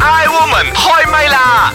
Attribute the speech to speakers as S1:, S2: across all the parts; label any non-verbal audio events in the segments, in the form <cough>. S1: Iwoman 開唛啦！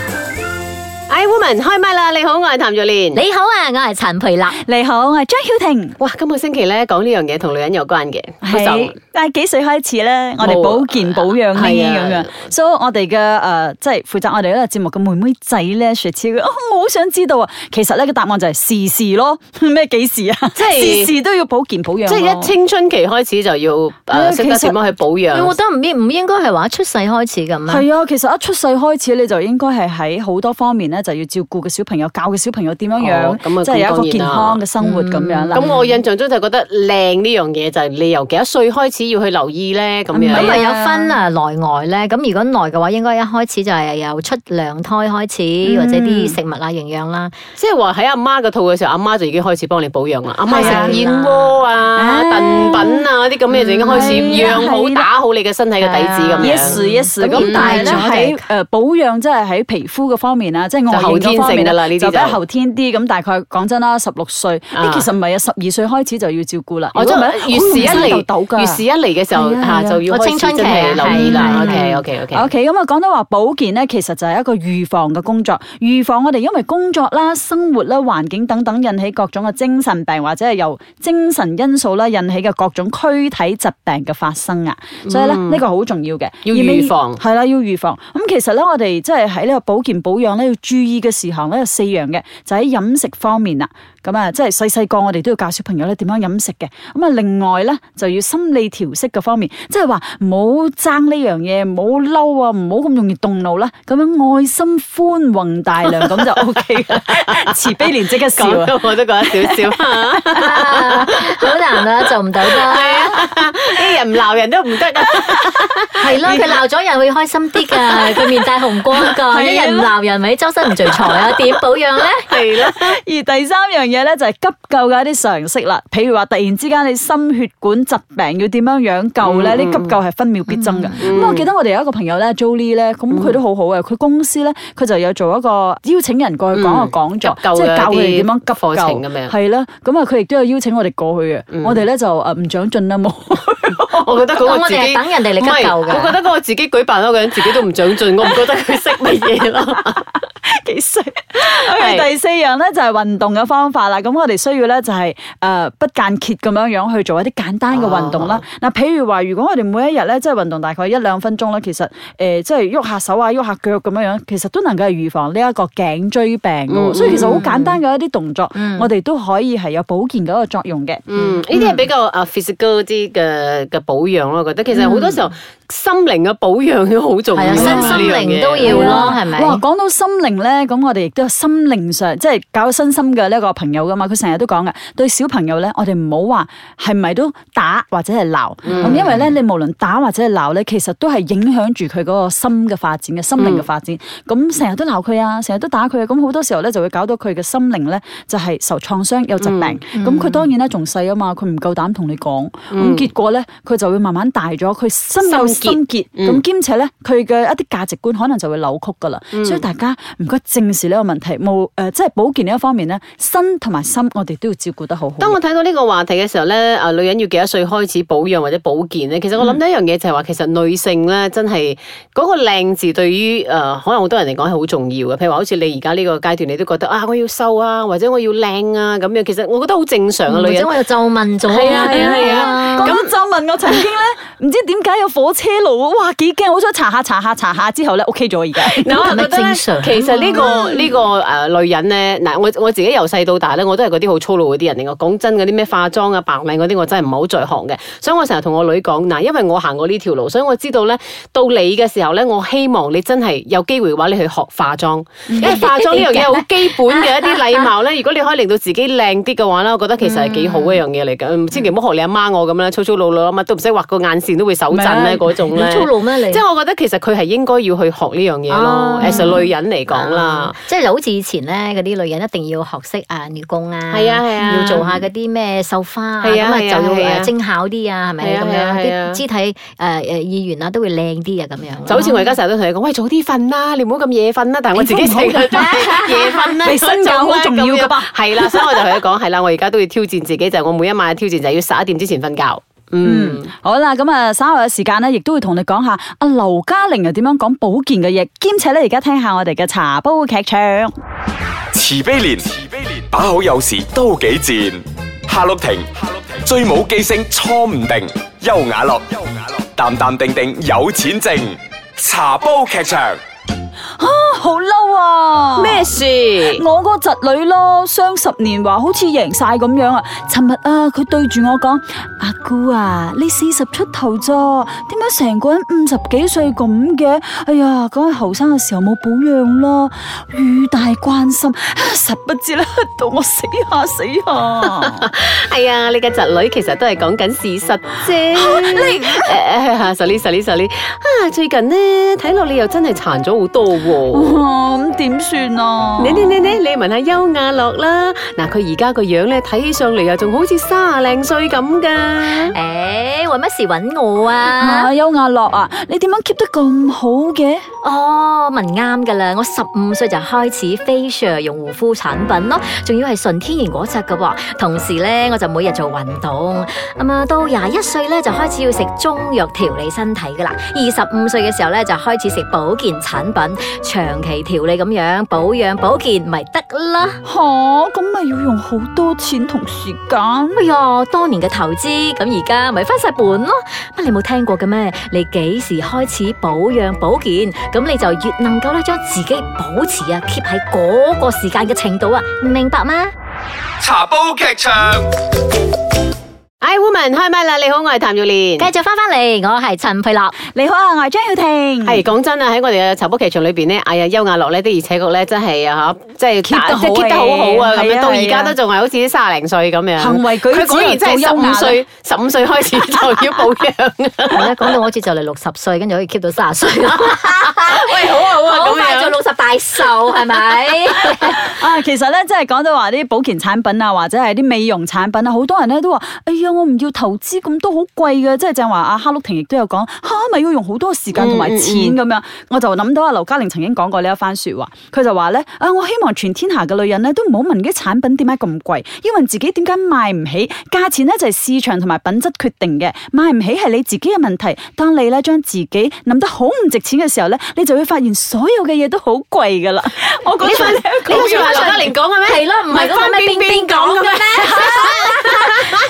S2: I woman 開唛啦！你好，我係譚玉蓮。
S3: 你好啊，我係陳培立。
S4: 你好，我係張曉婷。
S2: 哇，今個星期咧講呢樣嘢同女人有關嘅，好爽
S4: 但係幾歲開始咧？我哋
S2: 冇啊
S4: 保健保養呢
S2: 係
S4: 啲
S2: 啊
S4: 咁樣，所以我哋嘅誒，即係負責我哋呢個節目嘅妹妹仔咧，雪超，哦我好想知道啊！其實呢個答案就係時時咯， <laughs> 咩幾時啊？
S2: 即係
S4: <laughs> 時時都要保健保養咯。
S2: 即係一青春期開始就要
S4: 啊
S2: 誒識得
S4: Ờ, 其實
S2: 點樣去保
S3: 我
S2: 養
S3: 覺。得唔應唔應該係話出世開始咁咩？
S4: 係啊，其實一出世開始你就應該係喺好多方面咧，就要照顧嘅小朋友，教嘅小朋友點樣
S2: 哦咁啊
S4: 樣，即係有一
S2: 當然
S4: 個
S2: 啦
S4: 健康嘅生活咁樣啦。嗯
S2: 咁我印象中就覺得靚呢樣嘢就係你由幾多歲開始要去留意咧咁
S4: 唔
S3: 咁
S4: 係
S2: 樣。
S3: 咪
S4: 啊
S3: 有分啊內外咧？咁如果內嘅話，應該一開始就係由出娘胎開始，
S4: 嗯
S3: 或者啲食物啊、營養啦。 <laughs>
S2: 即係話喺阿媽嘅肚嘅時候，阿媽就已經開始幫你保養啦。阿媽
S4: 係啊
S2: 食燕窩啊、
S4: 啊
S2: 燉品啊啲咁嘅就已經開始
S4: 係啊
S2: 養好、
S4: 係啊
S2: 打好你嘅身體嘅底子咁樣。
S4: yes yes
S3: 咁
S4: 咁，但係
S3: 大咗
S4: 咧
S3: 定
S4: 喺誒保養，即係喺皮膚嘅方面啊，即係外
S2: 就後
S4: 形
S2: 天
S4: 嗰方
S2: 性㗎
S4: 面
S2: 啦呢啲
S4: 就比
S2: 就
S4: 較後天啲。咁大概講真啦，十六歲，
S2: 啊
S4: 呢其實唔係啊，十二歲開始就要照顧啦。
S2: 我
S4: 如
S2: 真
S4: 果唔
S2: 哦係
S4: 係
S2: 越時一
S4: 好容易生痘痘
S2: 嚟，
S4: 㗎
S2: 越時一嚟嘅時候
S4: 係啊係
S2: 嚇
S4: 啊
S2: 就要
S3: 我
S2: 開
S3: 青春
S2: 始真
S3: 期
S2: 係
S3: 啊
S2: 留意啦。嗯
S3: 係
S2: OK
S3: 係
S2: OK OK。
S4: OK，咁啊，講到話保健咧，其實就係一個預防嘅工作，預防我哋因為工作啦、生活啦、環境等等引起各種嘅精神病，或者係由精神因素啦引起嘅各種軀體疾病嘅發生啊。所以咧，呢個好重要嘅，
S2: 嗯要
S4: 而你
S2: 預防
S4: 係啦，要預防。咁其實咧，我哋即係喺呢個保健保養咧，要注意嘅事項咧有四樣嘅，就喺飲食方面啦。咁啊，即係細細個我哋都要教小朋友咧點樣飲食嘅。咁啊，另外咧就要心理調適嘅方面，即係話唔好爭呢樣嘢，唔好嬲啊，唔好咁容易動怒啦。咁樣愛心寬宏大量咁就 O K 啦。慈悲憐惜嘅笑
S2: 講
S4: 啊！
S2: 到我都覺得少 <laughs> 少，
S3: 好難啊，做唔到啦。
S2: 啊啲哎人唔鬧人都唔 <laughs> 得啊！
S3: 係咯，佢鬧咗人會開心啲㗎，佢面帶紅光㗎。
S4: 係啊
S3: 一人唔鬧人咪周身唔聚財啊？點保養咧？
S2: 係啦，
S4: 而第三樣嘢咧就係急救嘅一啲常識啦，譬如話突然之間你心血管疾病要點樣樣救
S2: 嗯
S4: 咧？呢、急救係分秒必爭嘅。咁、我記得我哋有一個朋友咧，Jolie 咧，咁佢都好好嘅，佢公司咧佢就有做一個邀請人過去講個講座，
S2: 嗯急救
S4: 即係
S2: 嘅
S4: 教佢哋點樣急
S2: 啲課程
S4: 救
S2: 咁樣嗯
S4: 係啦，咁啊佢亦都有邀請我哋過去嘅，我哋咧就誒唔長進
S2: <laughs>
S4: 啦冇。
S2: 我覺得嗰個自己
S3: 我哋係等人哋嚟急救㗎
S2: 唔係我覺得嗰個自己舉辦嗰個人自己都唔長進，我唔覺得 <laughs> 佢識乜嘢咯。
S4: <laughs> 幾歲
S2: 係
S4: ？OK，第四樣咧就係運動嘅方法啦。咁我哋需要咧就係誒不間歇咁樣樣去做一啲簡單嘅運動啦。哦嗱，譬如話，如果我哋每一日咧即係運動大概一兩分鐘啦，其實誒即係喐下手啊、喐下腳咁樣樣，其實都能夠係預防呢一個頸椎病嘅喎。所以其實好簡單嘅一啲動作，我哋都可以係有保健嘅一個作用嘅。
S2: 嗯，呢啲係比較啊 physical 啲嘅嘅保養咯，我覺得其實好多時候心靈嘅保養都好重要
S3: 係
S2: 啊，
S3: 啊，身心
S2: 呢樣嘢
S3: 靈都要咯，係咪？
S4: 哇，講到心靈咧，咁我哋亦都有心靈上，即係搞身心嘅呢個朋友噶嘛。佢成日都講嘅，對小朋友咧，我哋唔好話係咪都打或者係鬧，咁、
S3: 嗯
S4: 因為咧，你無論打或者係鬧咧，其實都係影響住佢嗰個心嘅發展嘅心
S3: 嗯
S4: 靈嘅發展。咁成日都鬧佢啊，成日都打佢啊，咁好多時候咧就會搞到佢嘅心靈咧就係、受創傷有疾病。
S3: 嗯
S4: 咁佢、當然啦，仲細啊嘛，佢唔夠膽同你講，咁、
S3: 嗯
S4: 結果咧佢就會慢慢大咗，佢心有
S2: 心結
S4: 心結，咁、
S3: 嗯
S4: 兼且咧佢嘅一啲價值觀可能就會扭曲噶啦，
S2: 嗯
S4: 所以大家唔該正視呢個問題，冇誒、呃即係保健呢一方面咧，身同埋心我哋都要照顧得好好。
S2: 當我睇到呢個話題嘅時候咧，啊，女人要幾多歲開始保養或者保健咧？其實我
S3: 嗯
S2: 諗到一樣嘢就係話，其實女性咧真係嗰個靚字對於誒、呃可能好多人嚟講係好重要嘅。譬如話，好似你而家呢個階段，你都覺得啊，我要瘦啊，或者我要靚啊咁樣。其實我覺得好正常啊嘅女
S3: 嗯或
S2: 人
S3: 者。我又皺紋咗。
S2: 係啊係啊係啊
S4: 咁就問我曾經 <laughs> 咧，唔知點解有火車路啊，哇幾驚！我想查下查下查下之後咧，OK 咗
S2: <laughs>
S3: <laughs>
S4: 而家。
S2: 嗱，我覺得咧，
S3: 正常哦
S2: 其實呢、個呢、個誒、呃女人咧，嗱我我自己由細到大咧，我都係嗰啲好粗魯嗰啲人嚟。我講真嗰啲咩化妝啊、白領嗰啲，我真係唔係好在行嘅。所以我成日同我女講，嗱，因為我行過呢條路，所以我知道咧，到你嘅時候咧，我希望你真係有機會嘅話，你去學化妝，
S3: 嗯
S2: 因為化妝呢樣嘢好基本
S3: <laughs>
S2: 嘅一啲禮貌咧。如果你可以令到自己靚啲嘅話咧，我覺得其實係幾好嘅一樣嘢嚟
S3: 嗯
S2: 嘅。千祈唔好學你阿媽我咁啦，粗粗魯魯啊嘛，都唔識畫個眼線都會手震咧嗰種咧。
S3: 你粗魯咩你
S2: 即係我覺得其實佢係應該要去學呢樣嘢咯
S3: 哦
S2: ，as a 女人嚟講啦
S3: 啊，，即係好似以前咧，嗰啲女人一定要學識啊女工啊，
S2: 係啊係啊
S3: 要做下嗰啲咩繡花啊，
S2: 係
S3: 咁
S2: 啊
S3: 啊
S2: 係啊
S3: 就
S2: 係啊
S3: 要誒精巧啲啊，係
S2: 係
S3: 咪
S2: 啊係
S3: 咁
S2: 啊係啊
S3: 樣啲肢體誒誒意願啊都會靚啲啊咁樣。
S2: 就好似我而家成日都同你講，喂，早啲瞓啦，你唔好咁夜瞓啦。但係我自己成日都夜瞓啦，
S4: 你身教好重要㗎
S2: 吧
S4: 噃？
S2: 係啦，所以我就同佢講，係啦，我而家都要挑戰自己，就係我每一晚嘅挑戰就係要十一點之前瞓覺。嗯，
S4: 好啦，咁啊，稍後嘅時間咧，亦都會同你講下阿劉嘉玲又點樣講保健嘅嘢，兼且咧而家聽下我哋嘅茶煲劇場。
S1: 慈悲蓮，慈悲蓮，把口有時都幾賤。夏綠庭，夏綠庭，最冇記性錯唔定。優雅樂，優雅樂，淡淡定定有錢剩。茶煲劇場，
S4: 好嬲啊！
S2: 咩事？
S4: 我個侄女咯，雙十年華好似贏晒咁樣啊！尋日啊，佢對住我講：阿姑啊，你四十出頭咋？點解成個人五十幾歲咁嘅？哎呀，講係後生嘅時候冇保養啦，語大關心，啊實不知啦，到我死下死下。
S2: 係啊，你嘅侄女其實都係講緊事實啫。你誒誒，sorry sorry sorry，啊最近呢，睇落你又真係殘咗好多喎。
S4: 哇哦咁點算啊？
S2: 你你你你，你問下優雅樂啦，嗱佢而家個樣咧睇起上嚟又仲好似卅零歲咁噶。
S3: 诶，為乜事揾我啊
S2: <laughs>
S4: 啊，？優雅樂啊，你點樣 keep 得咁好嘅？
S3: 哦，問啱噶啦！我十五歲就開始 facial 用護膚產品咯，仲要係純天然嗰只噶喎。同時咧，我就每日做運動。咁啊，到廿一歲咧就開始要食中藥調理身體噶啦。二十五歲嘅時候咧就開始食保健產品，長期調理咁樣保養保健咪得啦。
S4: 吓，啊咁咪要用好多錢同時間。
S3: 哎呀，多年嘅投資，咁而家咪翻晒本咯。乜你冇聽過嘅咩？你幾時開始保養保健，咁你就越能夠咧將自己保持啊 keep 喺嗰個時間嘅程度啊，明白嗎？
S1: 茶煲劇場。
S2: I woman 開麥啦！你好，我係譚耀蓮
S3: 繼。續翻返嚟，我係陳 <laughs> 佩樂。
S4: 你好啊，我係張曉婷。
S2: 係講真啊，喺我哋嘅茶煲劇場裏邊咧，哎呀，優雅樂咧的而且確咧，真係啊嚇，即係
S4: Keep 得好
S2: 即係 keep 得好好啊，咁
S4: 係
S2: 樣
S4: 啊
S2: 到
S4: 係啊
S2: 而家都仲係好似啲卅零歲咁樣。
S4: 行為舉止
S2: 佢果然啊真係
S4: 又
S2: 十
S4: 夠優雅
S2: 五
S4: 啦
S2: 歲，十五歲開始就要保養啊！
S3: 係啦，講到我好似就嚟六十歲，跟住可以 keep 到三十歲，
S2: 喂，好啊好啊，
S3: 好
S2: 咁
S3: 快就
S2: 樣。
S3: 六十大壽， <laughs> 係咪？
S4: 啊，其實咧，真係講到話啲保健產品啊，或者係啲美容產品啊，好多人咧都話：哎呀，我唔要投資咁多，好貴嘅。即係正話阿哈禄婷亦都有講，吓咪要用好多時間同埋錢咁樣。我就諗到阿劉嘉玲曾經講過呢一番説話，佢就話咧：啊，我希望全天下嘅女人咧都唔好問啲產品點解咁貴，要問自己點解買唔起。價錢咧就係市場同埋品質決定嘅，買唔起係你自己嘅問題。當你咧將自己諗得好唔值錢嘅時候咧，你就會發現所有嘅嘢都好貴噶啦。我覺
S2: 你
S4: 得
S2: 份
S4: 呢一個
S2: <laughs> 你份劉嘉玲講嘅咩？
S3: 係咯，唔係嗰個咩邊邊講嘅咩？ <laughs>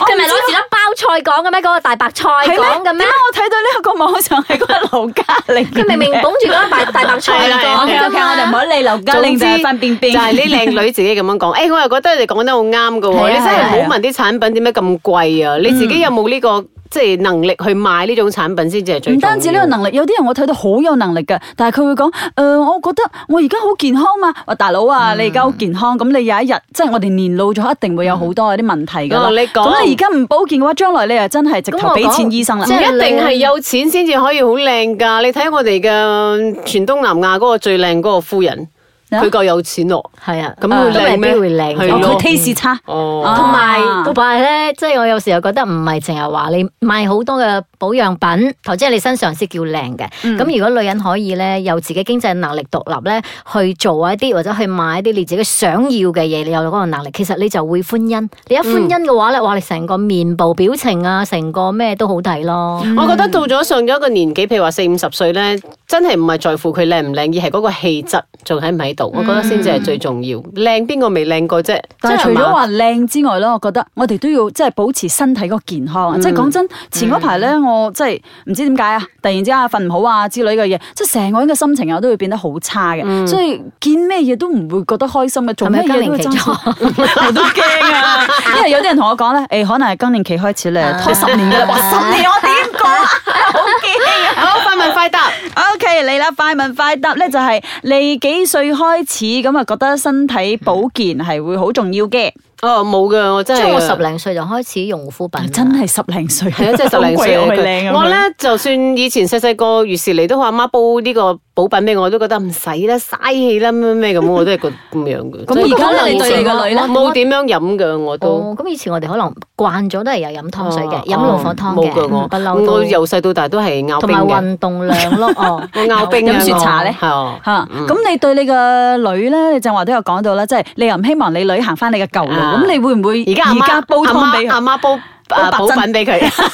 S3: 佢咪攞住粒包菜講嘅咩？嗰個大白菜
S4: 係
S3: 講嘅
S4: 點解
S3: 咩？
S4: 我睇到呢一個網上係嗰個劉嘉玲？
S3: 佢明明捧住嗰粒大
S4: <laughs>
S3: 大白菜
S2: 係啦
S3: 講
S4: OK
S3: 㗎
S4: OK，我哋唔
S3: 嘛
S4: 啊
S2: 啊
S4: 好理劉嘉玲就係分辨辨，
S2: 就係呢靚女自己咁樣
S4: <laughs>
S2: 講，誒，我又覺得你哋講得好啱㗎
S3: 係啊
S2: 喎，你真係
S3: 係
S2: 唔
S4: 啊嗯
S2: 好問啲產品點解咁貴啊！你自己有冇呢個即係能力去買呢種產品先至係最
S4: 唔單止呢個
S2: 重要
S4: 能力，有啲人我睇到好有能力嘅，但係佢會講：誒、呃我覺得我而家好健康嘛。話大佬
S2: 嗯
S4: 啊，你而家好健康，咁你有一日即係我哋年老咗，一定會有好多嗰啲問題㗎啦。
S2: 哦你講
S4: 咁你而家唔保健嘅話，將來你又真係直
S3: 咁
S4: 頭
S3: 我
S4: 俾
S3: 講
S4: 錢醫生啦
S3: 即
S2: 唔。
S3: 係
S2: 一定係有錢先至可以好靚㗎，你睇我哋嘅全東南亞嗰個最靚嗰個夫人，
S4: 啊
S2: 佢夠有錢咯。
S3: 係啊，
S2: 咁會靚咩
S3: 都未必會靚
S2: 係
S4: 哦
S2: 咯
S4: 佢 taste 差，
S2: 哦，
S4: 啊
S3: 同埋同埋咧，即係我有時又覺得唔係淨係話你買好多嘅保養品投資喺你身上先叫靚嘅。咁、
S4: 嗯
S3: 如果女人可以咧，有自己經濟能力獨立咧，去做一啲或者去買一啲你自己想要嘅嘢，你有嗰個能力，其實你就會歡欣。你一歡欣嘅話咧，哇！你成個面部表情啊，成個咩都好睇咯。
S4: 嗯
S2: 我覺得到咗上咗一個年紀，譬如話四五十歲咧，真係唔係在乎佢靚唔靚，而係嗰個氣質仲喺唔喺度，我覺得先至係最重要。靚邊個未靚過啫？
S4: 嗯但係除
S2: 即係
S4: 咗
S2: 嘛
S4: 話靚之外咧，我覺得我哋都要即係保持身體個健康
S3: 嗯
S4: 啊！即係講真，前嗰排咧，我即係唔知點解啊，突然之間瞓唔好啊之類嘅嘢，即係成個人嘅心情啊都會變得好差嘅，所以見咩嘢都唔會覺得開心嘅，
S3: 嗯
S4: 做
S3: 係
S4: 咩
S3: 咪更
S4: 嘢都
S3: 年
S4: 會
S3: 期
S4: 爭
S3: 咗
S4: 先？ <laughs> 我都驚啊！因為有啲人同我講咧，誒可能係更年期開始咧，
S3: 啊
S4: 拖十年
S3: <laughs>
S4: 嘅啦，哇十年我點講啊？ <laughs> 好驚啊！
S2: 好快問快答，
S4: O K，你啦，快問快答咧，就係你幾歲開始咁啊？覺得身體保健係會好重要嘅，
S2: 哦冇㗎，我真
S3: 即
S2: 係
S3: 係我十零歲就開始用護膚品啦，啊
S4: 真係十零歲，
S2: 啊係 <laughs> 啊，即係十零歲
S4: 好
S2: 啊
S4: 鬼
S2: 佢
S4: 靚啊！
S2: 我咧就算以前細細個月事嚟都話媽煲呢個補品俾我，我都覺得唔使啦，嘥氣啦，咩咩咁，我都係覺得咁樣嘅。
S4: 咁而家咧，你對你個女
S2: 我
S4: 咧，
S2: 冇點樣飲嘅，我都。
S3: 哦，咁以前我哋可能慣咗都係有飲湯水嘅，飲老
S2: 老
S3: 火湯
S2: 冇
S3: 嘅，
S2: 㗎
S3: 嗯
S2: 我
S3: 不嬲
S2: 我
S3: 都。
S2: 由細到大都係咬
S3: 同
S2: 冰
S3: 埋
S2: 嘅，
S3: 運動量咯，哦，
S2: <laughs> 我咬冰嘅。
S4: 飲雪茶咧
S2: 我係啊
S4: 嚇，咁你對你個女咧，你正話都有講到啦，即係你又唔希望你女行翻你嘅舊路，
S2: 啊
S4: 咁你會唔會
S2: 而家阿
S4: 而
S2: 媽
S4: 家煲
S2: 阿
S4: 湯
S2: 媽
S4: 俾佢
S2: 阿？媽煲啊哎
S4: 煲白
S2: 補 <laughs>
S4: 珍
S2: 品俾佢，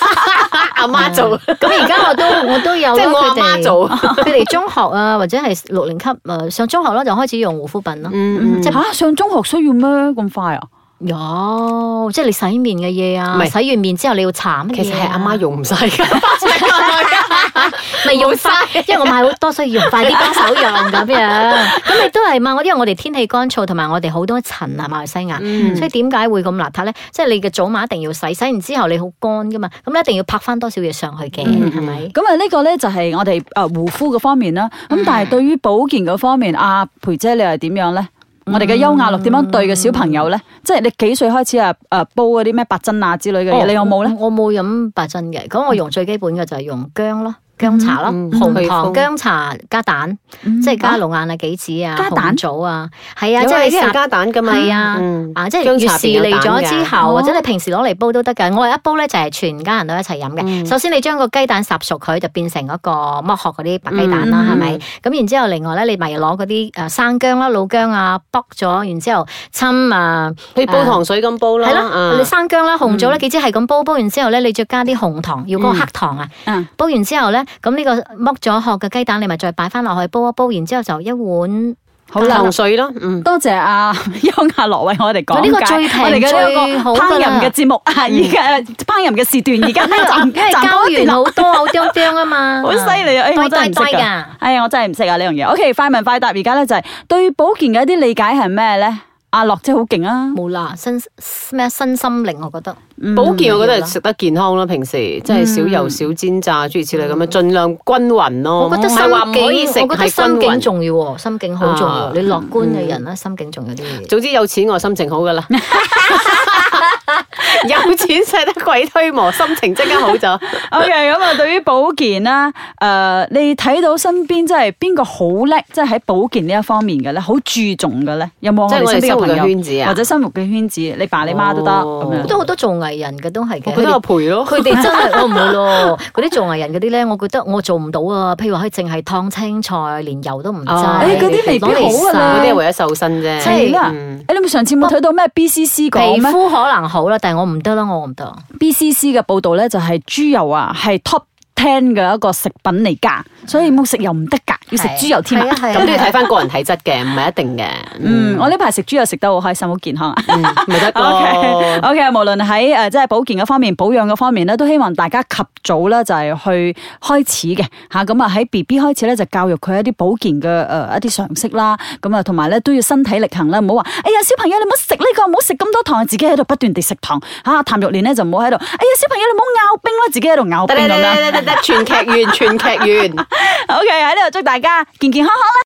S2: 阿媽 <laughs> 做，
S3: 咁而家我都我都有
S2: 即係我
S3: 啦，
S2: 阿
S3: 佢哋
S2: 媽做。
S3: <laughs> 佢哋中學啊，或者係六年級誒上中學咯，就開始用護膚品咯。
S2: 嗯
S4: 吓、上中學需要咩咁快啊？
S3: 有，即係你洗面嘅嘢
S2: 唔
S3: 啊，
S2: 係
S3: 洗完面之後你要搽乜嘢啊
S2: 其實係阿媽用唔晒 <laughs> 啊嘅，
S3: 咪用快
S2: 冇，
S3: 因為我買好多，所以用快啲幫手用咁樣。咁亦都係嘛，我因為我哋天氣乾燥，同埋我哋好多塵啊，馬來西亞。所以點解會咁邋遢咧？即係你嘅早晚一定要洗，洗完之後你好乾噶嘛，咁你一定要拍翻多少嘢上去嘅，
S2: 嗯
S3: 係咪？
S4: 咁啊，呢個咧就係我哋誒護膚嘅方面啦。
S2: 嗯
S4: 咁但係對於保健嗰方面，阿培姐你係點樣咧？我哋嘅優雅樂點樣對嘅小朋友咧？
S2: 嗯
S4: 即係你幾歲開始啊？誒煲嗰啲咩白珍啊之類
S2: 哦
S4: 嘅嘢，你有冇咧？
S3: 哦我我冇飲白珍嘅，咁我用最基本嘅就係用薑咯。薑茶咯，
S2: 嗯
S3: 紅
S2: 去風
S3: 糖薑茶加蛋，
S2: 哦
S4: 嗯
S3: 即係加龍眼啊、杞子啊、
S4: 加蛋
S3: 紅棗啊，係啊，
S2: 因
S3: 即
S2: 為
S3: 係
S2: 啲人
S3: 烚
S2: 加蛋噶嘛，
S3: 係啊
S2: 嗯
S3: 啊，即係
S2: 薑
S3: 越
S2: 茶
S3: 事
S2: 入邊
S3: 嚟
S2: 有蛋
S3: 咗
S2: 嘅
S3: 之
S4: 哦
S3: 後，或者你平時攞嚟煲都得㗎。我哋一煲咧就係全家人都一齊飲
S2: 嗯
S3: 嘅。首先你將個雞蛋烚熟佢，就變成嗰個剝殼嗰啲白雞蛋啦，
S4: 嗯
S3: 係咪？咁然之後，另外咧你咪攞嗰啲誒生薑啦、老薑啊，剝咗，然之後侵啊，
S2: 去煲糖水咁煲啦，
S3: 係咯，
S2: 啊
S3: 你生薑啦、紅棗啦，
S4: 嗯
S3: 幾支係咁煲，煲完之後咧，你再加啲紅糖，要嗰個黑糖啊。
S4: 嗯
S3: 煲完之後咧，咁呢個剝咗殼嘅雞蛋，你咪再擺翻落去煲一煲，然之後就一碗。
S4: 好啦
S2: 糖。水啦，嗯。
S4: 多謝阿 <laughs> 邱雅樂為我哋講
S3: 呢個
S4: 解
S3: 最平
S4: 我哋嘅呢一
S3: 最
S4: 個
S3: 好
S4: 烹
S3: 㗎啦
S4: 飪嘅節目啊，而家烹飪嘅時段而家啊暫
S3: 因為
S4: 暫
S3: 膠
S4: 告一段
S3: 原
S4: 落
S3: 好多好刁刁啊嘛，
S4: <laughs> 好犀利啊！哎，我真係唔識
S3: 呆呆呆
S4: 㗎
S3: 㗎。
S4: 哎呀，我真係唔識啊呢樣嘢。OK，快問快答，而家咧就係啊對保健嘅一啲理解係咩咧？阿樂姐好勁
S3: <laughs>
S4: 啊！
S3: 冇啦，身咩身心靈，我覺得
S2: 保健我覺得係食得健康啦，平時即係少油少煎炸諸如此類咁樣，盡量均勻咯。
S3: 我覺
S4: 哦
S3: 得
S2: 唔
S3: 心
S2: 係話唔可以食
S3: 境，我覺得心
S2: 係均
S3: 境
S2: 勻。
S3: 重要喎，心境好重
S2: 啊
S3: 要。你樂觀嘅
S4: 嗯
S3: 人咧，心境重要啲嘢。
S2: 總之有錢我心情好噶啦，有錢使得鬼推磨，心情即刻好咗。
S4: OK，咁啊，對於保健啦，誒、你睇到身邊即係邊個好叻，即係喺保健呢一方面嘅咧，好注重嘅咧，有冇我
S2: 即係
S4: 哋
S2: 我
S4: 身
S2: 哋
S4: 邊嘅
S2: 生活
S4: 朋
S2: 嘅
S4: 友，
S2: 圈子
S4: 或
S2: 啊，
S4: 者生活嘅圈子，你爸你媽都得
S2: 哦
S4: 咁
S3: 我覺
S4: 樣。
S3: 得好多做藝人嘅都係
S2: 我
S3: 嘅，
S2: 覺得我賠咯。
S3: 佢哋佢哋真係我唔會
S4: <laughs>
S3: 咯。嗰啲做藝人嗰啲咧，我覺得我做唔到啊。譬如話佢淨係燙青菜，連油都唔
S2: 哦誒
S3: 揸，
S2: 嗰
S4: 啲未必
S3: 攞嚟
S4: 好㗎啦
S2: 嗰
S3: 曬
S2: 啲係為咗瘦身啫。
S3: 即係
S4: 啦
S2: 嗯
S4: 誒，你咪上次冇睇到咩 BCC 講
S3: 皮
S4: 咩
S3: 膚可能好啦，但係我唔得啦，我唔得。
S4: ？BCC 嘅報道咧就係豬油啊，係 top ten 嘅一個食品嚟㗎，所以冇食油唔得㗎，要食
S3: 係
S4: 豬油添
S3: 係
S4: 啊
S3: 啊！係啊
S2: 咁都要睇翻個人體質嘅，唔係一定嘅。
S4: 嗯，我呢排食豬油食得好開心，好健康啊！
S2: 嗯，咪得
S4: O K，
S2: 咯。
S4: <laughs> O K，無論喺呃誒即係保健嗰方面、保養嗰方面咧，都希望大家及早咧就係去開始嘅嚇，咁啊喺 B B 開始咧就教育佢一啲保健嘅誒、呃一啲常識啦，咁啊同埋咧都要身體力行啦，唔好話哎呀小朋友你唔好食呢個，唔好食咁多糖，自己喺度不斷地食糖嚇、啊，譚玉蓮咧就唔好喺度，哎呀小朋友你唔好咬冰啦，自己喺度咬
S2: 得
S4: 冰
S2: 得
S4: 咁
S2: 得得
S4: 樣。
S2: 得得，全劇院，全劇院。
S4: O K，喺呢度祝大家健健康康啦。